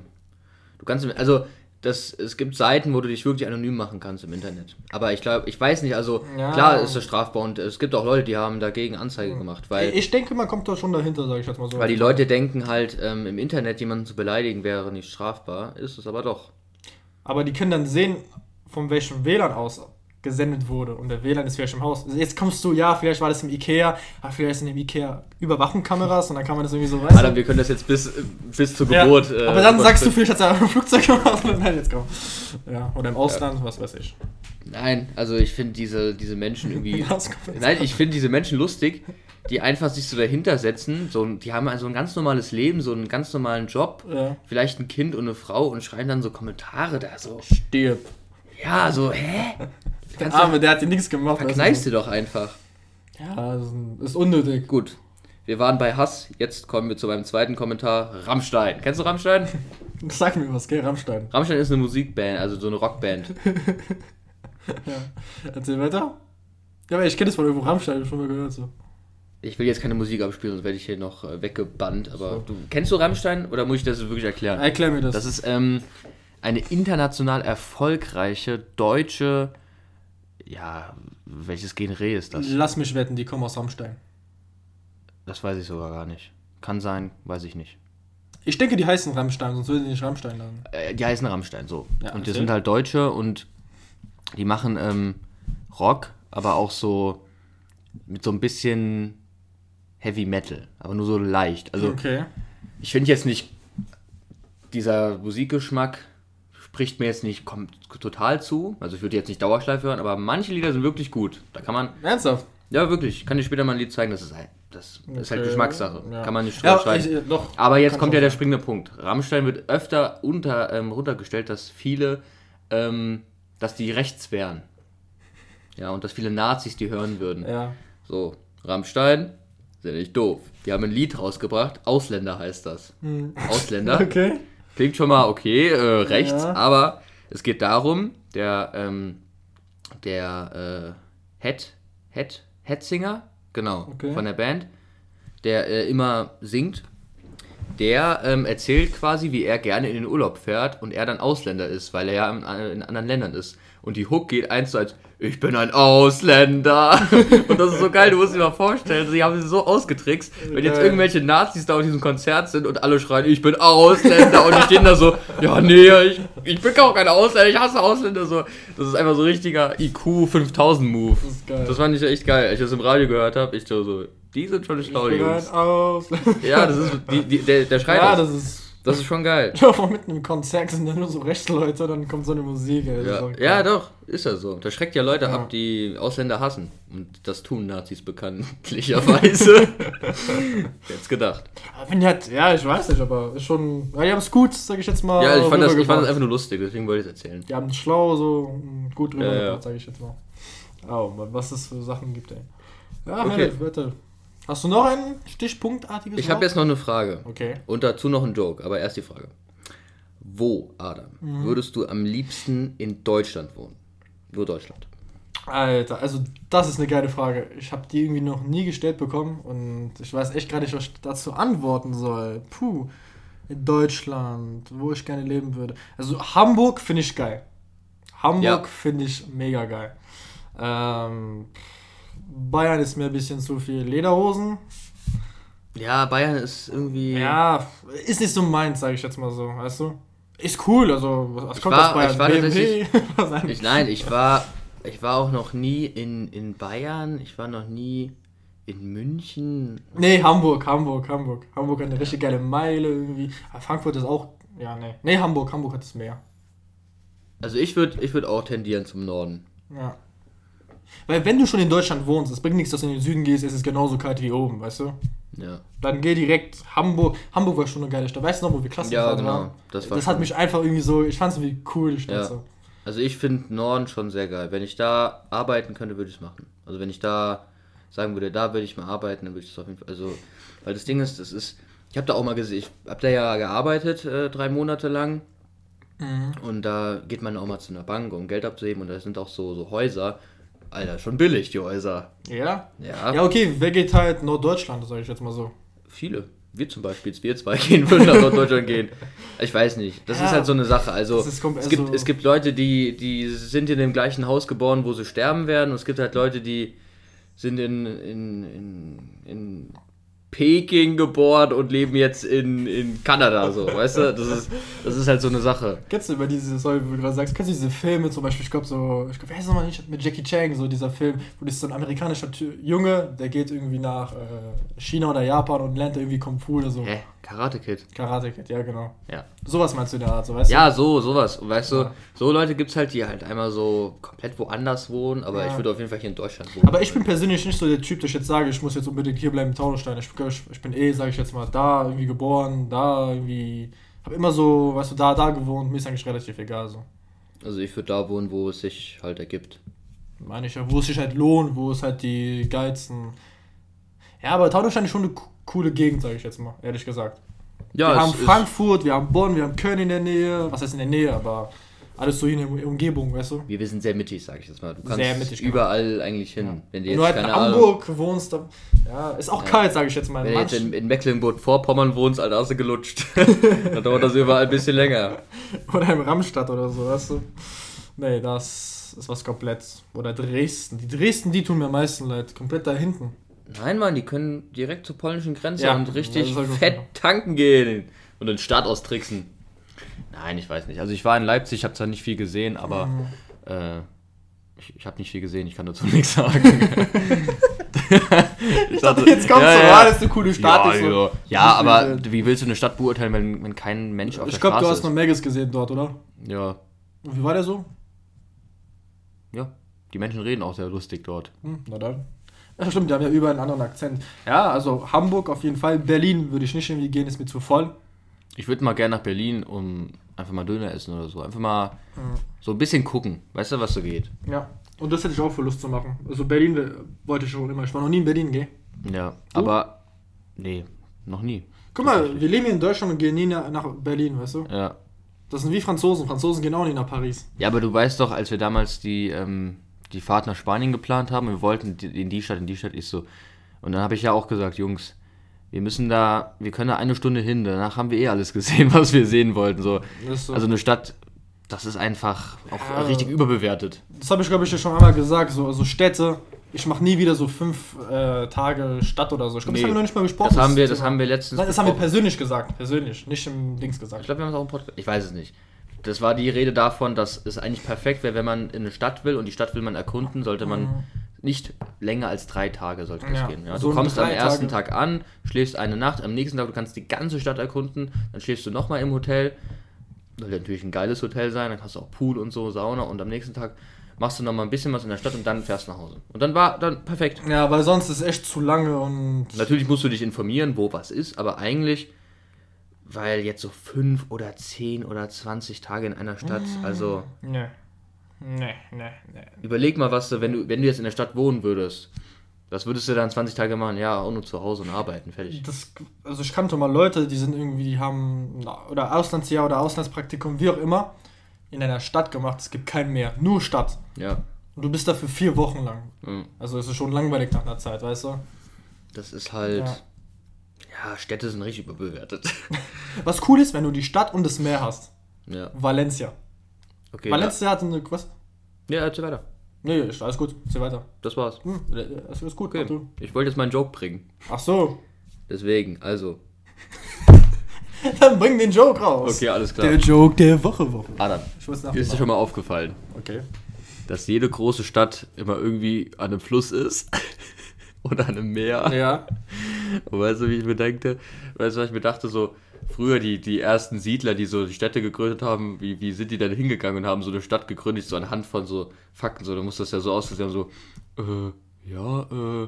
Speaker 2: Du kannst, im- also, das, es gibt Seiten, wo du dich wirklich anonym machen kannst im Internet. Aber ich glaube, ich weiß nicht, also,
Speaker 1: Ja. Hm.
Speaker 2: klar ist das strafbar und es gibt auch Leute, die haben dagegen Anzeige gemacht, weil,
Speaker 1: ich denke, man kommt da schon dahinter, sage ich jetzt mal so.
Speaker 2: weil die Leute denken halt, ähm, im Internet jemanden zu beleidigen wäre nicht strafbar, ist es aber doch.
Speaker 1: aber die können dann sehen, von welchem WLAN aus gesendet wurde. Und der WLAN ist vielleicht im Haus. Also jetzt kommst du, ja, vielleicht war das im Ikea, ah, vielleicht sind im Ikea Überwachungskameras und dann kann man das irgendwie so, weißt
Speaker 2: Adam, wir können das jetzt bis, äh, bis zur
Speaker 1: Ja,
Speaker 2: Geburt. äh,
Speaker 1: aber dann sagst du,
Speaker 2: überspringen.
Speaker 1: vielleicht hat er im Flugzeug gemacht. Nein, jetzt komm. Ja, oder im Ausland, was weiß ich.
Speaker 2: Nein, also ich finde diese, diese Menschen irgendwie.
Speaker 1: Das kommt jetzt.
Speaker 2: Nein, ich finde diese Menschen lustig, die einfach sich so dahinter setzen. So, ein- die haben also ein ganz normales Leben, so einen ganz normalen Job.
Speaker 1: Ja.
Speaker 2: Vielleicht ein Kind und eine Frau und schreiben dann so Kommentare da so.
Speaker 1: Stirb.
Speaker 2: Ja, so, hä?
Speaker 1: Der
Speaker 2: Kannst
Speaker 1: Arme, der hat dir nichts gemacht.
Speaker 2: du,
Speaker 1: weißt
Speaker 2: verkneifst du doch einfach.
Speaker 1: du? Ja, das ist ein- ist unnötig.
Speaker 2: Gut, wir waren bei Hass. Jetzt kommen wir zu meinem zweiten Kommentar. Rammstein. Kennst du Rammstein?
Speaker 1: Sag mir was, gell, Rammstein.
Speaker 2: Rammstein ist eine Musikband, also so eine Rockband.
Speaker 1: Erzähl weiter. Ja, aber ich kenne das von irgendwo Rammstein, hab ich schon mal gehört. So.
Speaker 2: Ich will jetzt keine Musik abspielen, sonst werde ich hier noch äh, weggebannt. Aber du kennst du Rammstein oder muss ich das wirklich erklären?
Speaker 1: Erklär mir das.
Speaker 2: Das ist ähm, eine international erfolgreiche deutsche. Ja, welches Genre ist das?
Speaker 1: Lass mich wetten, die kommen aus Rammstein.
Speaker 2: Das weiß ich sogar gar nicht. Kann sein, weiß ich nicht.
Speaker 1: Ich denke, die heißen Rammstein, sonst würden die nicht Rammstein sagen.
Speaker 2: Äh, die heißen Rammstein, so.
Speaker 1: Ja,
Speaker 2: und die
Speaker 1: erzähl.
Speaker 2: sind halt Deutsche und die machen ähm, Rock, aber auch so mit so ein bisschen Heavy Metal, aber nur so leicht. Also
Speaker 1: Okay.
Speaker 2: ich finde jetzt nicht, dieser Musikgeschmack spricht mir jetzt nicht kom- total zu. Also ich würde jetzt nicht Dauerschleife hören, aber manche Lieder sind wirklich gut. Da kann man,
Speaker 1: Ernsthaft?
Speaker 2: ja wirklich, ich kann dir später mal ein Lied zeigen, das ist halt, das ist halt
Speaker 1: Okay.
Speaker 2: Geschmackssache.
Speaker 1: Ja.
Speaker 2: Kann man nicht Ah. drüber
Speaker 1: Ja,
Speaker 2: streiten.
Speaker 1: ich, äh, doch.
Speaker 2: Aber jetzt
Speaker 1: Kann
Speaker 2: kommt
Speaker 1: ich
Speaker 2: ja
Speaker 1: auch
Speaker 2: der springende Punkt. Rammstein wird öfter unter, ähm, runtergestellt, dass viele, ähm, dass die rechts wären. Ja, und dass viele Nazis die hören würden.
Speaker 1: Ja.
Speaker 2: So, Rammstein, sind nicht doof. Die haben ein Lied rausgebracht, Ausländer heißt das. Ausländer.
Speaker 1: Hm. Okay.
Speaker 2: Klingt schon mal okay, äh, rechts,
Speaker 1: Ja.
Speaker 2: aber es geht darum, der, ähm, der äh, Head Het, Hetzinger, genau,
Speaker 1: Okay.
Speaker 2: von der Band, der äh, immer singt. Der ähm, erzählt quasi, wie er gerne in den Urlaub fährt und er dann Ausländer ist, weil er ja in, in anderen Ländern ist. Und die Hook geht eins zu eins, ich bin ein Ausländer. und das ist so geil, du musst dir mal vorstellen, sie haben sie so ausgetrickst, wenn jetzt
Speaker 1: Geil.
Speaker 2: irgendwelche Nazis da auf diesem Konzert sind und alle schreien, ich bin Ausländer und die stehen da so, ja nee, ich, ich bin auch kein Ausländer, ich hasse Ausländer. So, das ist einfach so richtiger IQ 5000 Move.
Speaker 1: Das ist geil.
Speaker 2: Das fand ich echt geil, als ich das im Radio gehört habe, ich so, so, die sind schon schlau, die
Speaker 1: Ich bin
Speaker 2: Jungs.
Speaker 1: ein aus.
Speaker 2: Ja, das ist. Die, die, der, der schreit.
Speaker 1: ja,
Speaker 2: das,
Speaker 1: das ist.
Speaker 2: das ist schon geil.
Speaker 1: Ich hoffe, mitten im Konzert sind dann nur so Rechtsleute, dann kommt so eine Musik. Ey. Das ist
Speaker 2: Ja.
Speaker 1: auch geil.
Speaker 2: ja, doch, ist ja so. Das schreckt ja Leute
Speaker 1: Ja.
Speaker 2: ab, die Ausländer hassen. Und das tun Nazis bekanntlicherweise. Jetzt gedacht.
Speaker 1: Aber Wenn die halt, ja, ich weiß nicht, aber ist schon. Ja, die haben es gut, sag ich jetzt mal.
Speaker 2: Ja, ich fand, das,
Speaker 1: Ah,
Speaker 2: ich fand
Speaker 1: rübergebracht.
Speaker 2: das einfach nur lustig, deswegen wollte ich es erzählen.
Speaker 1: Die haben es schlau, so mm, gut drüber
Speaker 2: Ja, ja.
Speaker 1: gebracht, sag ich jetzt mal. Oh, Mann, was es für Sachen gibt, ey. Ja,
Speaker 2: Okay.
Speaker 1: okay. bitte. Hast du noch ein stichpunktartiges
Speaker 2: Ich habe
Speaker 1: Wort?
Speaker 2: jetzt noch eine Frage.
Speaker 1: Okay.
Speaker 2: Und dazu noch einen Joke, aber erst die Frage. Wo, Adam,
Speaker 1: Mhm.
Speaker 2: würdest du am liebsten in Deutschland wohnen? Nur Deutschland.
Speaker 1: Alter, also das ist eine geile Frage. Ich habe die irgendwie noch nie gestellt bekommen und ich weiß echt gar nicht, was ich dazu antworten soll. Puh, in Deutschland, wo ich gerne leben würde. Also Hamburg finde ich geil. Hamburg
Speaker 2: Ja.
Speaker 1: finde ich mega geil. Ähm, Bayern ist mir ein bisschen zu viel. Lederhosen,
Speaker 2: Ja, Bayern ist irgendwie.
Speaker 1: ja, ist nicht so meins, sage ich jetzt mal so, weißt du? Ist cool, also was, was
Speaker 2: Ich
Speaker 1: kommt
Speaker 2: war-
Speaker 1: das bei
Speaker 2: ich war
Speaker 1: BMW? Was ein-
Speaker 2: Ich, nein, ich war, ich war auch noch nie in, in Bayern, ich war noch nie in München.
Speaker 1: Nee, Hamburg, Hamburg, Hamburg. Hamburg hat eine richtig geile Meile irgendwie. Aber Frankfurt ist auch. Ja, nee. Nee, Hamburg, Hamburg hat das Meer.
Speaker 2: Also ich würde ich würd auch tendieren zum Norden.
Speaker 1: Ja. Weil wenn du schon in Deutschland wohnst, es bringt nichts, dass du in den Süden gehst, es ist genauso kalt wie oben, weißt du?
Speaker 2: Ja.
Speaker 1: Dann geh direkt Hamburg. Hamburg war schon eine geile Stadt. Weißt du noch, wo wir Klassenfahrt
Speaker 2: Ja, genau.
Speaker 1: waren?
Speaker 2: Das
Speaker 1: Das,
Speaker 2: war
Speaker 1: hat
Speaker 2: schon-
Speaker 1: mich einfach irgendwie so, ich fand's irgendwie cool, die Stadt
Speaker 2: Ja.
Speaker 1: so.
Speaker 2: Also ich finde Norden schon sehr geil. Wenn ich da arbeiten könnte, würde ich es machen. Also wenn ich da sagen würde, da würde ich mal arbeiten, dann würde ich es auf jeden Fall. Also, weil das Ding ist, das ist. Ich habe da auch mal gesehen, ich habe da ja gearbeitet, äh, drei Monate lang. Und da geht man auch mal zu einer Bank, um Geld abzuheben. Und da sind auch so, so Häuser. Alter, schon billig, die Häuser.
Speaker 1: Ja?
Speaker 2: Ja,
Speaker 1: Ja, okay, wer geht halt Norddeutschland, sag ich jetzt mal so.
Speaker 2: viele. Wir zum Beispiel, jetzt wir zwei gehen, würden nach Norddeutschland gehen. Ich weiß nicht. Das
Speaker 1: Ja,
Speaker 2: ist halt so eine Sache. Also,
Speaker 1: das ist kom-
Speaker 2: es, gibt,
Speaker 1: also-
Speaker 2: es gibt Leute, die, die sind in dem gleichen Haus geboren, wo sie sterben werden. Und es gibt halt Leute, die sind in, in, in, in Peking geboren und leben jetzt in, in Kanada. So, weißt du? Das ist, das ist halt so eine Sache.
Speaker 1: Kennst du über diese, sorry, wo du gerade sagst, kennst du diese Filme zum Beispiel, ich glaube so, ich glaube, wer ist nochmal nicht, mit Jackie Chang, so dieser Film, wo das so ein amerikanischer Ty- Junge, der geht irgendwie nach äh, China oder Japan und lernt da irgendwie Kung Fu oder so.
Speaker 2: Hä? Karate Kid.
Speaker 1: Karate Kid, ja genau.
Speaker 2: Ja.
Speaker 1: Sowas meinst du in der Art, so weißt
Speaker 2: Ja, so, sowas. Und weißt du,
Speaker 1: Ja.
Speaker 2: so Leute gibt es halt, die halt einmal so komplett woanders wohnen, aber
Speaker 1: Ja.
Speaker 2: ich würde auf jeden Fall hier in Deutschland wohnen.
Speaker 1: du? Aber ich bin persönlich nicht so der Typ, der ich jetzt sage, ich muss jetzt unbedingt hier bleiben in Taunusstein. Ich, ich, ich bin eh, sage ich jetzt mal, da irgendwie geboren, da irgendwie, habe immer so, weißt du, da, da gewohnt, mir ist eigentlich relativ egal so.
Speaker 2: Also ich würde da wohnen, wo es sich halt ergibt.
Speaker 1: Meine ich ja, wo es sich halt lohnt, wo es halt die geilsten. Ja, aber Taunusstein ist schon eine co- coole Gegend, sage ich jetzt mal, ehrlich gesagt. wir haben Frankfurt, wir haben Bonn, wir haben Köln in der Nähe. Was heißt in der Nähe, aber alles so hier in der Umgebung, weißt du?
Speaker 2: wir, wir sind sehr mittig, sag ich jetzt mal. Du kannst
Speaker 1: Sehr mittig, genau.
Speaker 2: überall eigentlich hin. Wenn du jetzt,
Speaker 1: Wenn du halt in
Speaker 2: keine Ahnung,
Speaker 1: Hamburg wohnst, dann, ja, ist auch kalt, sage ich jetzt mal.
Speaker 2: wenn du jetzt
Speaker 1: Manch-
Speaker 2: in, in Mecklenburg-Vorpommern wohnst, Alter, hast du gelutscht. dann dauert das überall ein bisschen länger.
Speaker 1: Oder in Ramstadt oder so, weißt du? Nee, das ist was komplett. Oder Dresden. Die Dresden, die tun mir am meisten leid. Komplett da hinten.
Speaker 2: Nein, Mann, die können direkt zur polnischen Grenze
Speaker 1: Ja,
Speaker 2: und
Speaker 1: das
Speaker 2: richtig
Speaker 1: ist halt gut,
Speaker 2: fett
Speaker 1: ja.
Speaker 2: tanken gehen und den Staat austricksen. Nein, ich weiß nicht. Also ich war in Leipzig, habe zwar nicht viel gesehen, aber
Speaker 1: Mhm.
Speaker 2: äh, ich, ich habe nicht viel gesehen, ich kann dazu nichts sagen. ich dachte,
Speaker 1: Jetzt kommst
Speaker 2: ja,
Speaker 1: du,
Speaker 2: ja.
Speaker 1: ja, das ist eine coole Stadt.
Speaker 2: Ja,
Speaker 1: ich so.
Speaker 2: ja. ja aber wie willst du eine Stadt beurteilen, wenn, wenn kein Mensch auf
Speaker 1: Ich
Speaker 2: der
Speaker 1: glaube,
Speaker 2: Straße
Speaker 1: du hast noch
Speaker 2: ist?
Speaker 1: Megas gesehen dort, oder?
Speaker 2: Ja,
Speaker 1: Und wie war der so?
Speaker 2: ja. Die Menschen reden auch sehr lustig dort.
Speaker 1: Hm, na dann. Ja, stimmt, die haben ja überall einen anderen Akzent. Ja, also Hamburg auf jeden Fall. Berlin würde ich nicht irgendwie gehen, ist mir zu voll.
Speaker 2: Ich würde mal gerne nach Berlin, um einfach mal Döner essen oder so. Einfach mal so ein bisschen gucken. Weißt du, was so geht?
Speaker 1: Ja. Und das hätte ich auch für Lust zu machen. Also Berlin äh, wollte ich schon immer. Ich war noch nie in Berlin, gell?
Speaker 2: Ja, aber nee, noch nie.
Speaker 1: Guck mal, wir leben hier in Deutschland und gehen nie na- nach Berlin, weißt du?
Speaker 2: Ja.
Speaker 1: Das sind wie Franzosen. Franzosen gehen auch nie nach Paris.
Speaker 2: ja, aber du weißt doch, als wir damals die, ähm, die Fahrt nach Spanien geplant haben. Wir wollten die- in die Stadt, in die Stadt. Ich so. Und dann habe ich ja auch gesagt, Jungs, wir müssen da, wir können da eine Stunde hin. Danach haben wir eh alles gesehen, was wir sehen wollten. So.
Speaker 1: Das ist so.
Speaker 2: Also eine Stadt, das ist einfach auch
Speaker 1: Ja.
Speaker 2: richtig überbewertet.
Speaker 1: Das habe ich, glaube ich, ja schon einmal gesagt. So, so Städte. Ich mache nie wieder so fünf äh, Tage Stadt oder so. Ich glaube,
Speaker 2: Nee.
Speaker 1: das haben wir noch nicht mal besprochen.
Speaker 2: Das haben wir, das
Speaker 1: Thema.
Speaker 2: haben wir letztens.
Speaker 1: Nein, das haben wir
Speaker 2: besprochen.
Speaker 1: persönlich gesagt. Persönlich, nicht im Dings
Speaker 2: ich
Speaker 1: gesagt.
Speaker 2: glaube, wir haben es auch im Podcast. Ich weiß es nicht. Das war die Rede davon, dass es eigentlich perfekt wäre, wenn man in eine Stadt will und die Stadt will man erkunden, sollte man nicht länger als drei Tage sollte das
Speaker 1: Mhm. Ja,
Speaker 2: gehen. Ja?
Speaker 1: so
Speaker 2: Du
Speaker 1: ein
Speaker 2: kommst am
Speaker 1: drei
Speaker 2: ersten
Speaker 1: Tage.
Speaker 2: Tag an, schläfst eine Nacht, am nächsten Tag du kannst die ganze Stadt erkunden, dann schläfst du nochmal im Hotel. Sollte natürlich ein geiles Hotel sein, dann hast du auch Pool und so, Sauna und am nächsten Tag machst du nochmal ein bisschen was in der Stadt und dann fährst du nach Hause. Und dann war dann perfekt.
Speaker 1: Ja, weil sonst ist echt zu lange und.
Speaker 2: Natürlich musst du dich informieren, wo was ist, aber eigentlich, weil jetzt so fünf oder zehn oder 20 Tage in einer Stadt, also
Speaker 1: Nee. Nee, nee, nee.
Speaker 2: überleg mal, was du, wenn du, wenn du jetzt in der Stadt wohnen würdest, was würdest du dann 20 Tage machen? Ja, auch nur zu Hause und arbeiten, fertig.
Speaker 1: Das, also ich kannte mal Leute, die sind irgendwie, die haben na, oder Auslandsjahr oder Auslandspraktikum, wie auch immer, in einer Stadt gemacht. Es gibt kein Meer, nur Stadt.
Speaker 2: Ja.
Speaker 1: Und du bist dafür vier Wochen lang.
Speaker 2: Mhm.
Speaker 1: Also es ist schon langweilig nach einer Zeit, weißt du?
Speaker 2: Das ist halt. Ja. Städte sind richtig überbewertet.
Speaker 1: Was cool ist, wenn du die Stadt und das Meer hast.
Speaker 2: ja. Valencia.
Speaker 1: Valencia.
Speaker 2: Okay.
Speaker 1: Valencia hat eine. Was?
Speaker 2: Ja, ja erzähl weiter.
Speaker 1: Nee, ist alles gut. Zieh weiter.
Speaker 2: Das war's.
Speaker 1: Hm, alles ist gut. mach
Speaker 2: Okay.
Speaker 1: du.
Speaker 2: Ich wollte jetzt meinen Joke bringen.
Speaker 1: Ach so.
Speaker 2: Deswegen, also.
Speaker 1: Dann bring den Joke raus.
Speaker 2: Okay, alles klar.
Speaker 1: Der Joke der Woche, Woche.
Speaker 2: Adam,
Speaker 1: Ich muss
Speaker 2: ist dir
Speaker 1: nachmachen.
Speaker 2: schon mal aufgefallen,
Speaker 1: Okay.
Speaker 2: dass jede große Stadt immer irgendwie an einem Fluss ist oder an einem Meer.
Speaker 1: Ja.
Speaker 2: Und weißt du, wie ich mir dachte? Weißt du, was ich mir dachte? So, früher die, die ersten Siedler, die so die Städte gegründet haben, wie, wie sind die dann hingegangen und haben so eine Stadt gegründet, so anhand von so Fakten, so, da muss das ja so aussehen, sie haben so, äh, ja, äh,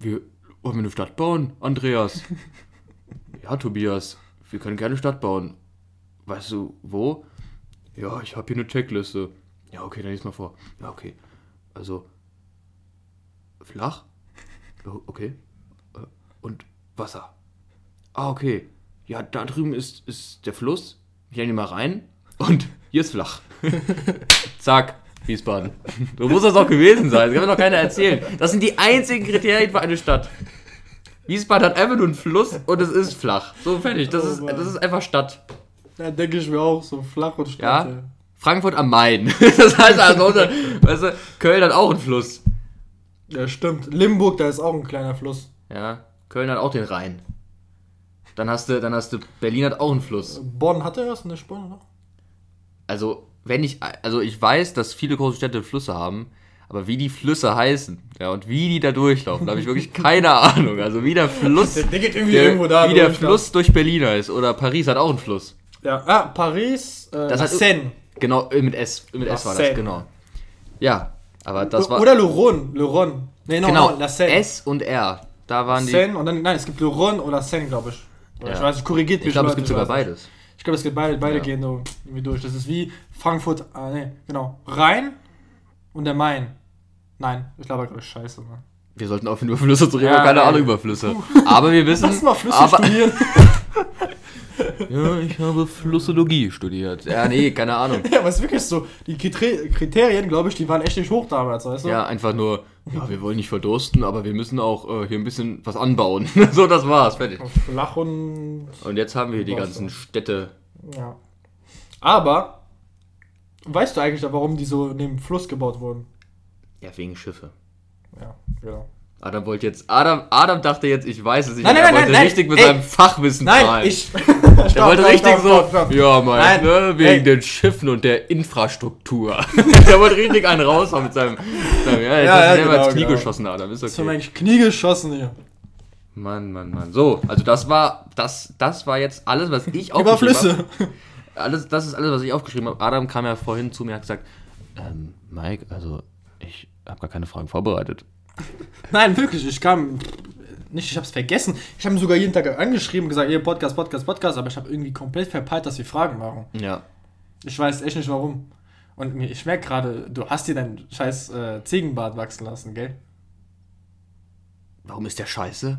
Speaker 2: wir wollen wir eine Stadt bauen, Andreas? ja, Tobias, wir können gerne eine Stadt bauen. Weißt du, wo? Ja, ich habe hier eine Checkliste. Ja, okay, dann lies mal vor. Ja, okay. Also, flach? O- Okay. Äh, Und Wasser. Ah, okay. Ja, da drüben ist, ist der Fluss. Ich nehme mal rein. Und hier ist flach. Zack, Wiesbaden. So muss das auch gewesen sein. Das kann mir noch keiner erzählen. Das sind die einzigen Kriterien für eine Stadt. Wiesbaden hat einfach nur einen Fluss und es ist flach. So fertig. Das,
Speaker 1: Oh
Speaker 2: ist,
Speaker 1: Mann.
Speaker 2: das ist einfach Stadt.
Speaker 1: Da denke ich mir auch so flach und
Speaker 2: Ja?
Speaker 1: statt.
Speaker 2: Frankfurt am Main. Das heißt also, unser- weißt du, Köln hat auch einen Fluss.
Speaker 1: Ja, stimmt. Limburg, da ist auch ein kleiner Fluss.
Speaker 2: Ja, Köln hat auch den Rhein. Dann hast du, dann hast du, Berlin hat auch einen Fluss.
Speaker 1: Bonn hatte erst eine Spur, oder?
Speaker 2: Also, wenn ich, also ich weiß, dass viele große Städte Flüsse haben, aber wie die Flüsse heißen, ja, und wie die da durchlaufen, da habe ich wirklich keine Ahnung. Also wie der Fluss,
Speaker 1: Der geht irgendwie
Speaker 2: der-
Speaker 1: irgendwo da
Speaker 2: wie der
Speaker 1: durch, da.
Speaker 2: Fluss durch Berlin heißt. Oder Paris hat auch einen Fluss.
Speaker 1: Ja, ah, Paris, äh,
Speaker 2: Das
Speaker 1: La
Speaker 2: hat-
Speaker 1: Seine.
Speaker 2: Genau, äh, mit S, mit S war das,
Speaker 1: Seine.
Speaker 2: genau. Ja, aber das war,
Speaker 1: oder Le Rhône, Le Rhône. Nee, no,
Speaker 2: genau,
Speaker 1: no, La Seine.
Speaker 2: S und R, da waren die,
Speaker 1: Seine und dann, nein, es gibt Le Rhône oder Seine, glaube ich. Oder
Speaker 2: Ja.
Speaker 1: Ich weiß nicht, korrigiert mich.
Speaker 2: ich glaube, es
Speaker 1: Leute,
Speaker 2: gibt sogar
Speaker 1: weiß nicht.
Speaker 2: beides.
Speaker 1: Ich glaube, es gibt beide, beide
Speaker 2: Ja.
Speaker 1: gehen so irgendwie durch. Das ist wie Frankfurt, ah, nee, genau. Rhein und der Main. Nein, ich glaube, das ist scheiße, Mann.
Speaker 2: Wir sollten aufhören, über Flüsse zu reden,
Speaker 1: Ja,
Speaker 2: aber keine
Speaker 1: ey.
Speaker 2: Ahnung über Flüsse. Aber wir wissen,
Speaker 1: Lass mal Flüsse
Speaker 2: Hm, aber,
Speaker 1: studieren.
Speaker 2: Ja, ich habe Flussologie studiert. Ja, nee, keine Ahnung.
Speaker 1: ja, aber es ist wirklich so. Die Kriter- Kriterien, glaube ich, die waren echt nicht hoch damals, weißt du?
Speaker 2: Ja, einfach nur, ja, wir wollen nicht verdursten, aber wir müssen auch äh, hier ein bisschen was anbauen. so, das war's, fertig.
Speaker 1: Flach und
Speaker 2: Und jetzt haben wir hier die ganzen Städte.
Speaker 1: Ja. Aber weißt du eigentlich, warum die so neben Fluss gebaut wurden?
Speaker 2: Ja, wegen Schiffe.
Speaker 1: Ja, genau.
Speaker 2: Adam wollte jetzt, Adam, Adam dachte jetzt, ich weiß es nicht.
Speaker 1: Nein,
Speaker 2: und
Speaker 1: nein,
Speaker 2: er wollte
Speaker 1: nein, nein,
Speaker 2: richtig mit
Speaker 1: ey.
Speaker 2: seinem Fachwissen
Speaker 1: Nein,
Speaker 2: prahlen.
Speaker 1: ich. stopp,
Speaker 2: Er wollte
Speaker 1: stopp,
Speaker 2: richtig
Speaker 1: stopp,
Speaker 2: so,
Speaker 1: stopp, stopp.
Speaker 2: ja, mein,
Speaker 1: Nein,
Speaker 2: ne, wegen
Speaker 1: ey.
Speaker 2: den Schiffen und der Infrastruktur. der wollte richtig einen raushauen mit seinem, seinem ja, jetzt
Speaker 1: Ja,
Speaker 2: hast du
Speaker 1: ja,
Speaker 2: selber
Speaker 1: genau,
Speaker 2: ins Knie
Speaker 1: genau.
Speaker 2: geschossen, Adam, ist
Speaker 1: Das haben
Speaker 2: okay.
Speaker 1: eigentlich Knie geschossen hier.
Speaker 2: Mann, Mann, Mann. So, also das war, das, das war jetzt alles, was ich auch
Speaker 1: Über Flüsse.
Speaker 2: alles, das ist alles, was ich aufgeschrieben habe. Adam kam ja vorhin zu mir und hat gesagt, ähm, Mike, also ich habe gar keine Fragen vorbereitet.
Speaker 1: Nein, wirklich, ich kam. Nicht, ich hab's vergessen. Ich habe sogar jeden Tag angeschrieben und gesagt, ihr Podcast, Podcast, Podcast, aber ich habe irgendwie komplett verpeilt, dass wir Fragen machen.
Speaker 2: Ja.
Speaker 1: Ich weiß echt nicht warum. Und mir- ich merke gerade, du hast dir deinen scheiß äh, Ziegenbart wachsen lassen, gell?
Speaker 2: Warum ist der scheiße?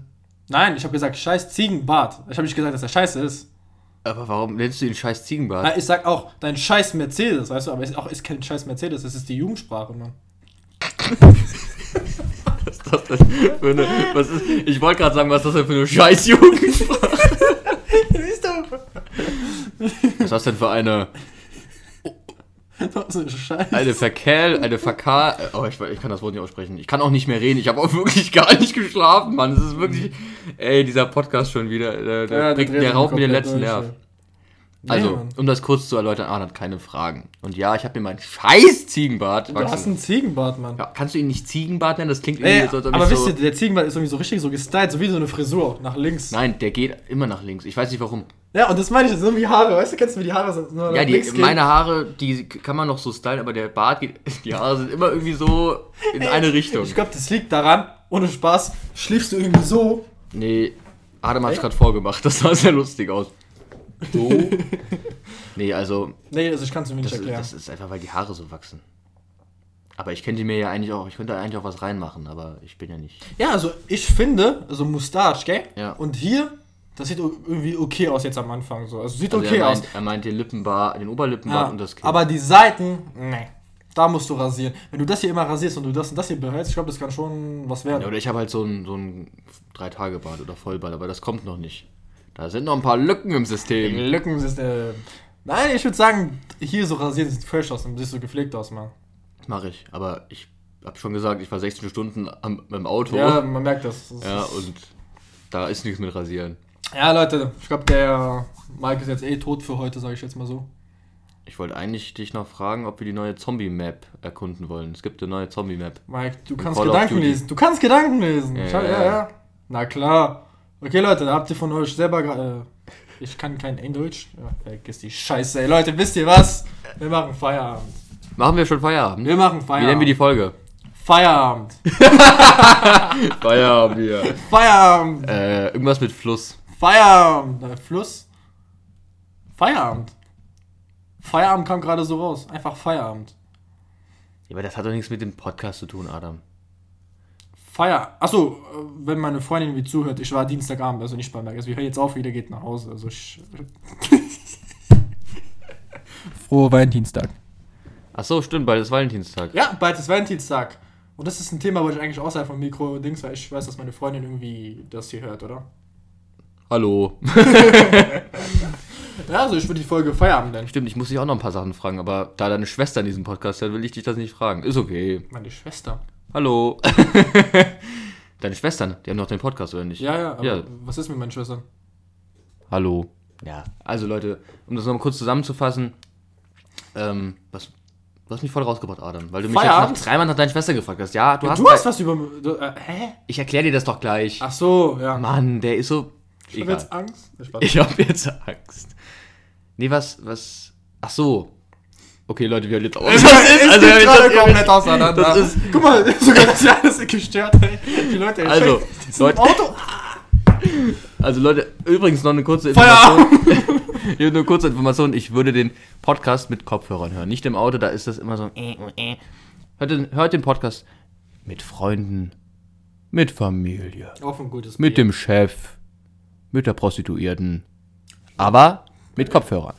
Speaker 1: Nein, ich habe gesagt, scheiß Ziegenbart. Ich habe nicht gesagt, dass er scheiße ist.
Speaker 2: Aber warum nennst du ihn scheiß Ziegenbart?
Speaker 1: Na, ich sag auch, dein scheiß Mercedes, weißt du, aber es ist, auch, ist kein scheiß Mercedes, es ist die Jugendsprache, Mann.
Speaker 2: Was ist das denn für eine. Was ist, ich wollte gerade sagen, was ist das denn für eine Scheißjugendsprache?
Speaker 1: Siehst du?
Speaker 2: Was ist das denn für eine.
Speaker 1: Was eine Scheiße.
Speaker 2: Eine Verkel, eine Verkal. Oh, ich, ich kann das Wort nicht aussprechen. Ich kann auch nicht mehr reden. Ich habe auch wirklich gar nicht geschlafen, Mann. Es ist wirklich. Ey, dieser Podcast schon wieder. äh, Der, der, bringt, der raubt mir den letzten Nerv. Also,
Speaker 1: Mann.
Speaker 2: um das kurz zu erläutern, Arne hat keine Fragen. Und ja, ich habe mir meinen scheiß Ziegenbart
Speaker 1: Du hast
Speaker 2: wachsen.
Speaker 1: einen Ziegenbart, Mann.
Speaker 2: Ja, kannst du ihn nicht Ziegenbart nennen? Das klingt irgendwie
Speaker 1: Ey,
Speaker 2: so, als ob
Speaker 1: aber
Speaker 2: ich
Speaker 1: wisst
Speaker 2: so,
Speaker 1: ihr, der Ziegenbart ist irgendwie so richtig so gestylt, so wie so eine Frisur nach links.
Speaker 2: Nein, der geht immer nach links. Ich weiß nicht warum.
Speaker 1: Ja, und das meine ich, das sind wie Haare, weißt du, kennst du, wie die Haare sind? Nur
Speaker 2: Ja,
Speaker 1: nach
Speaker 2: die,
Speaker 1: links gehen.
Speaker 2: meine Haare, die kann man noch so stylen, aber der Bart geht. Die Haare sind immer irgendwie so in eine Richtung.
Speaker 1: Ich glaube, das liegt daran, ohne Spaß, schläfst du irgendwie so.
Speaker 2: Nee, Adam hat es gerade vorgemacht. Das sah sehr lustig aus. So? nee, also,
Speaker 1: Nee, also ich kann es mir nicht
Speaker 2: das, ist-
Speaker 1: erklären.
Speaker 2: das ist einfach, weil die Haare so wachsen. Aber ich könnte mir ja eigentlich auch, ich könnte eigentlich auch was reinmachen, aber ich bin ja nicht.
Speaker 1: Ja, also ich finde, also Mustache, gell?
Speaker 2: Ja.
Speaker 1: Und hier, das sieht o- irgendwie okay aus jetzt am Anfang so. Also sieht
Speaker 2: Also
Speaker 1: okay
Speaker 2: er,
Speaker 1: aus.
Speaker 2: meint, er meint den Lippenbart, den Oberlippenbart
Speaker 1: Ja,
Speaker 2: und das Kinn.
Speaker 1: Ah, aber die Seiten, nee. Da musst du rasieren. Wenn du das hier immer rasierst und du das und das hier behältst, ich glaube, das kann schon was werden.
Speaker 2: ja, oder ich habe halt so ein, so ein Drei-Tage-Bart oder Vollbart, aber das kommt noch nicht. Da sind noch ein paar Lücken im System.
Speaker 1: Lücken ist äh, Nein, ich würde sagen, hier so rasieren sieht fresh aus und siehst so gepflegt aus, Mann.
Speaker 2: Mache ich, aber ich habe schon gesagt, ich war 16 Stunden am, im Auto.
Speaker 1: Ja, man merkt das. Das
Speaker 2: ja,
Speaker 1: ist-
Speaker 2: und da ist nichts mit Rasieren.
Speaker 1: ja, Leute, ich glaube, der Mike ist jetzt eh tot für heute, sage ich jetzt mal so.
Speaker 2: Ich wollte eigentlich dich noch fragen, ob wir die neue Zombie-Map erkunden wollen. Es gibt eine neue Zombie-Map.
Speaker 1: Mike, du kannst
Speaker 2: Call of
Speaker 1: Gedanken
Speaker 2: Duty.
Speaker 1: lesen. Du kannst Gedanken lesen.
Speaker 2: Ja,
Speaker 1: Ich hab-
Speaker 2: ja,
Speaker 1: ja,
Speaker 2: ja.
Speaker 1: ja. Na klar. Okay, Leute, da habt ihr von euch selber. gra- Äh, ich kann kein Englisch. Ja, vergiss die Scheiße, ey. Leute, wisst ihr was? Wir machen Feierabend.
Speaker 2: Machen wir schon Feierabend?
Speaker 1: Wir machen
Speaker 2: Wie
Speaker 1: Feierabend.
Speaker 2: nennen wir die Folge?
Speaker 1: Feierabend.
Speaker 2: Feierabend, ja.
Speaker 1: Feierabend.
Speaker 2: äh, irgendwas mit Fluss.
Speaker 1: Feierabend. Äh, Fluss. Feierabend. Feierabend kam gerade so raus. Einfach Feierabend.
Speaker 2: Ja, aber das hat doch nichts mit dem Podcast zu tun, Adam.
Speaker 1: Feier. Achso, äh, wenn meine Freundin irgendwie zuhört, ich war Dienstagabend, also nicht bei Merck. Also wir hören jetzt auf, jeder geht nach Hause. Also ich. Frohe Valentinstag.
Speaker 2: Ach so, stimmt, bald ist Valentinstag.
Speaker 1: Ja, bald ist Valentinstag. Und das ist ein Thema, wo ich eigentlich außerhalb vom Mikro Dings, weil ich weiß, dass meine Freundin irgendwie das hier hört, oder?
Speaker 2: Hallo.
Speaker 1: Ja, also ich würde die Folge Feierabend nennen.
Speaker 2: Stimmt, ich muss dich auch noch ein paar Sachen fragen, aber da deine Schwester in diesem Podcast hört, will ich dich das nicht fragen. Ist okay.
Speaker 1: Meine Schwester.
Speaker 2: Hallo. deine Schwestern, die haben noch den Podcast, oder nicht?
Speaker 1: Ja, ja, aber
Speaker 2: Ja.
Speaker 1: was ist mit meinen Schwestern?
Speaker 2: Hallo. Ja, also Leute, um das nochmal kurz zusammenzufassen, ähm, was, du hast mich voll rausgebracht, Adam, weil du mich jetzt noch
Speaker 1: Feierabend?
Speaker 2: dreimal nach deiner Schwester gefragt hast. Ja, du hast.
Speaker 1: du hast
Speaker 2: bei-
Speaker 1: was über. Du, äh, hä?
Speaker 2: ich erkläre dir das doch gleich.
Speaker 1: Ach so, ja.
Speaker 2: Mann, der ist so.
Speaker 1: ich habe
Speaker 2: egal.
Speaker 1: jetzt Angst. Ich
Speaker 2: Ich hab jetzt Angst. Nee, was, was. Ach so. Okay, Leute, wir haben jetzt auch. Das also, wir haben jetzt- wir haben jetzt-
Speaker 1: auseinander.
Speaker 2: Das ist,
Speaker 1: Guck mal, sogar das Jahr ist gestört, ey. Die Leute, ey,
Speaker 2: Also,
Speaker 1: check, das ist
Speaker 2: Leute-
Speaker 1: ein Auto.
Speaker 2: Also Leute, übrigens noch eine kurze
Speaker 1: Feierabend.
Speaker 2: Information. Ich habe eine kurze Information. Ich würde den Podcast mit Kopfhörern hören. Nicht im Auto, da ist das immer so. äh, äh. Hört den, hört den Podcast mit Freunden, mit Familie,
Speaker 1: Auf ein gutes
Speaker 2: mit dem Chef, mit der Prostituierten, aber mit Kopfhörern.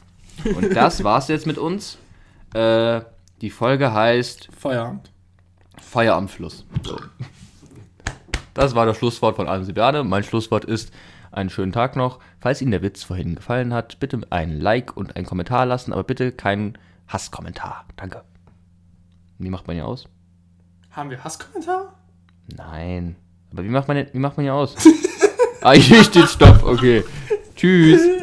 Speaker 2: Und das war's jetzt mit uns. Äh, die Folge heißt
Speaker 1: Feierabend.
Speaker 2: Feier am Fluss. So. Das war das Schlusswort von Adam Sebade. Mein Schlusswort ist, einen schönen Tag noch. Falls Ihnen der Witz vorhin gefallen hat, bitte einen Like und einen Kommentar lassen, aber bitte keinen Hasskommentar. Danke. Wie macht man hier aus?
Speaker 1: Haben wir Hasskommentare?
Speaker 2: Nein. Aber wie macht man, denn- wie macht man hier aus? ah, hier steht Stopp. Okay. Tschüss.